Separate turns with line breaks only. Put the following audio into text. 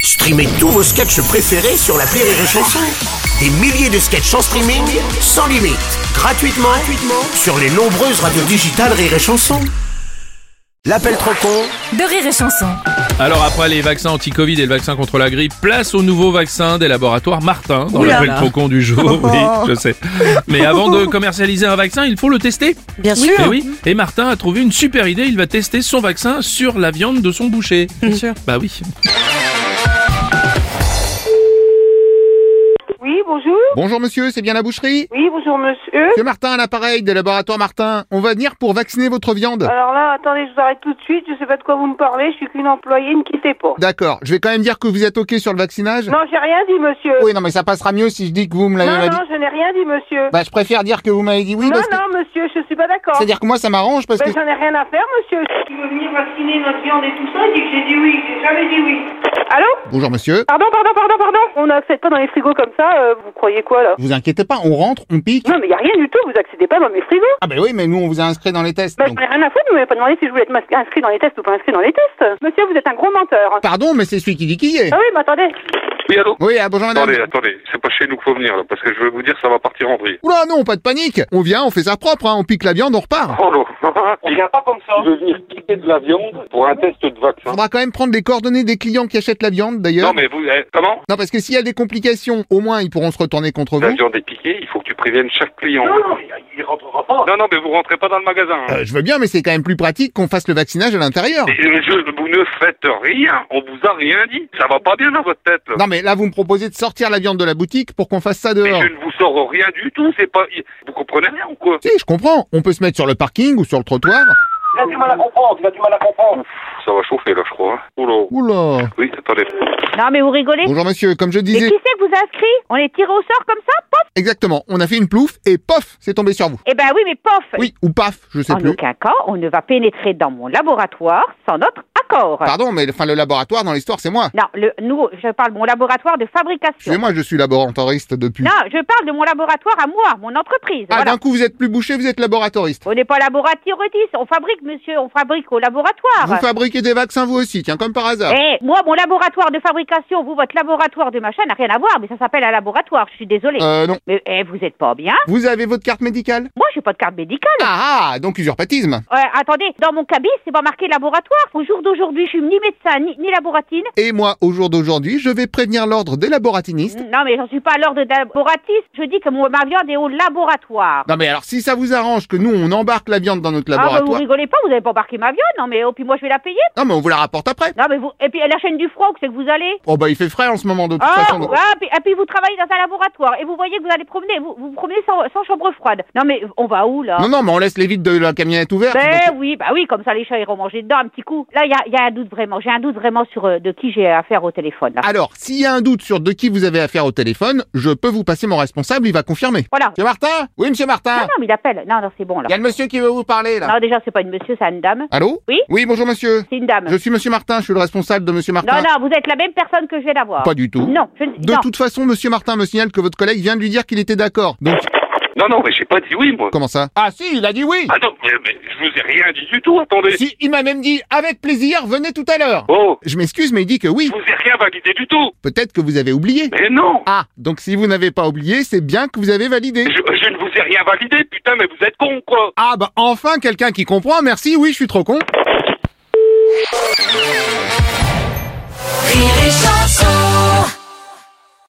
Streamez tous vos sketchs préférés sur la Rire et Chanson. Des milliers de sketchs en streaming, sans limite, gratuitement, gratuitement sur les nombreuses radios digitales Rire et Chanson. L'appel trop con
de rire et chanson.
Alors après les vaccins anti-Covid et le vaccin contre la grippe, place au nouveau vaccin des laboratoires Martin dans
Oula.
l'appel trop con du jour.
Oh.
Oui, je sais. Mais avant de commercialiser un vaccin, il faut le tester.
Bien sûr.
Et oui. Et Martin a trouvé une super idée. Il va tester son vaccin sur la viande de son boucher.
Bien sûr.
Bah oui.
Oui, bonjour.
Bonjour monsieur, c'est bien la boucherie
Oui, bonjour, monsieur.
Monsieur Martin à l'appareil des laboratoires Martin. On va venir pour vacciner votre viande.
Alors là, attendez, je vous arrête tout de suite. Je sais pas de quoi vous me parlez. Je suis qu'une employée, ne quittez pas.
D'accord, je vais quand même dire que vous êtes ok sur le vaccinage
Non, j'ai rien dit, monsieur.
Oui, non mais ça passera mieux si je dis que vous me l'avez
non,
pas
non,
dit.
je n'ai rien dit, monsieur.
Bah je préfère dire que vous m'avez dit oui
non,
parce que...
non, monsieur, je suis pas d'accord.
C'est-à-dire que moi ça m'arrange parce
Ben,
que...
j'en ai rien à faire, monsieur. Il veut venir vacciner notre viande et tout ça, il dit que j'ai dit oui. J'ai jamais dit oui. Allô
Bonjour monsieur.
Pardon, pardon, pardon, pardon. On n'accède pas dans les frigos comme ça. euh, vous croyez quoi, là
Vous inquiétez pas, on rentre, on pique.
Non, mais y a rien du tout. Vous accédez pas dans mes frigos.
Ah bah oui, mais nous on vous a inscrit dans les tests.
Ben,
donc-
j'en ai rien à foutre. Vous m'avez pas demandé si je voulais être mas- inscrit dans les tests ou pas inscrit dans les tests. Monsieur, vous êtes un gros menteur.
Pardon, mais c'est celui qui dit qui est.
Ah oui, mais attendez.
Oui, allô
Oui, ah, bonjour madame.
Attendez, attendez, c'est pas chez nous qu'il faut venir, là, parce que je vais vous dire, ça va partir en vrille.
Oula non, pas de panique. On vient, on fait ça propre, hein, on pique la viande, on repart.
Oh là Il vient pas comme ça Je vais venir piquer de la viande pour un test de vaccin.
Faudra quand même prendre les coordonnées des clients qui achètent la viande d'ailleurs.
Non, mais vous, eh, comment
Non, parce que s'il y a des complications, au moins ils pourront se retourner contre
La
vous.
viande est piquée, il faut que tu préviennes chaque client. Non, non, il rentrera pas. Non, non, mais vous rentrez pas dans le magasin. hein.
Euh, je veux bien, mais c'est quand même plus pratique qu'on fasse le vaccinage à l'intérieur.
Et, euh, je- vous ne faites rien, on vous a rien dit. Ça va pas bien dans votre tête, là.
Non, mais là, vous me proposez de sortir la viande de la boutique pour qu'on fasse ça
Mais
dehors.
je ne vous sors rien du tout, c'est pas... Vous comprenez rien ou quoi
Si, je comprends. On peut se mettre sur le parking ou sur le trottoir.
Il a du mal à comprendre, il a du mal à comprendre.
Ça va chauffer, là, je crois. hein. Oh là
Oula.
Oui, attendez.
Non mais vous rigolez
Bonjour, monsieur. Comme je
Mais qui
disais,
c'est que vous a inscrit On est tiré au sort comme ça Pof
exactement. On a fait une plouffe et pof, c'est tombé sur vous.
Eh ben oui mais pof
Oui, ou paf, je sais
En
plus.
aucun cas, on ne va pénétrer dans mon laboratoire sans notre accord.
Pardon, mais enfin, le laboratoire dans l'histoire, c'est moi.
Non, le, nous, je parle de mon laboratoire de fabrication.
Excusez-moi, je suis laboratoriste depuis.
Non, je parle de mon laboratoire à moi, mon entreprise.
Ah,
voilà.
d'un coup, vous êtes plus bouché, vous êtes laboratoriste.
On n'est pas laboratoriste, on fabrique, monsieur, on fabrique au laboratoire.
Vous fabriquez des vaccins, vous aussi, tiens, comme par hasard.
Ah, Eh, moi, mon laboratoire de fabrication, vous, votre laboratoire de machin n'a rien à voir, mais ça s'appelle un laboratoire, je suis désolée.
Euh, non.
Mais eh, vous êtes pas bien
Vous avez votre carte médicale
Moi, j'ai pas de carte médicale.
Ah, ah, donc usurpatisme.
Euh, attendez, dans mon cabis, c'est pas marqué laboratoire. Au jour d'aujourd'hui, je suis ni médecin, ni, ni laboratine.
Et moi, au jour d'aujourd'hui, je vais prévenir l'ordre des laboratinistes.
Non, mais j'en suis pas à l'ordre d'un laboratiste. Je dis que mon, ma viande est au laboratoire.
Non mais alors si ça vous arrange que nous on embarque la viande dans notre
Ah, bah, vous
laboratoire,
rigolez pas, vous avez pas embarqué ma viande. Non, mais oh, puis moi, je vais la payer.
non mais on vous la rapporte après.
Non, mais vous. Et puis, la chaîne du froid, où c'est que vous allez
Oh bah il fait frais en ce moment de toute
Ah,
façon. donc-
ah, puis, et puis vous travaillez dans un laboratoire et vous voyez que vous allez promener, vous vous promenez sans, sans chambre froide. Non mais on va où là
Non non mais on laisse les vides de la camionnette ouvertes.
Ben
donc-
oui, bah oui, comme ça les chats iront manger dedans un petit coup. Là, il y a, il y a un doute vraiment. J'ai un doute vraiment sur euh, de qui j'ai affaire au téléphone. Là.
Alors s'il y a un doute sur de qui vous avez affaire au téléphone, je peux vous passer mon responsable, il va confirmer.
Voilà.
Monsieur Martin Oui monsieur
Non,
Martin
non, mais il appelle. Non, non, c'est bon là.
Il y a le monsieur qui veut vous parler là.
Non, déjà, c'est pas une monsieur, c'est une dame.
Allô
Ah. Oui
Oui bonjour monsieur.
C'est une dame.
Je suis monsieur Martin, je suis le responsable de monsieur Martin.
Non, non, vous êtes la même personne que je viens d'avoir.
Pas du tout.
Non, je ne-
De
non.
toute façon, monsieur Martin me signale que votre collègue vient de lui dire qu'il était d'accord. Donc
Non, non, mais j'ai pas dit oui, moi.
comment ça Ah si, il a dit oui.
Ah non, mais, mais je vous ai rien dit du tout, attendez.
Si, il m'a même dit avec plaisir, venez tout à l'heure.
Oh,
Je m'excuse, mais il dit que oui.
je vous ai rien validé du tout.
Peut-être que vous avez oublié.
Mais non
Ah, donc si vous n'avez pas oublié, c'est bien que vous avez validé.
je, je ne vous ai rien validé, putain, mais vous êtes con ou quoi
Ah bah enfin quelqu'un qui comprend, merci, oui, je suis trop con.
Rire et chanson.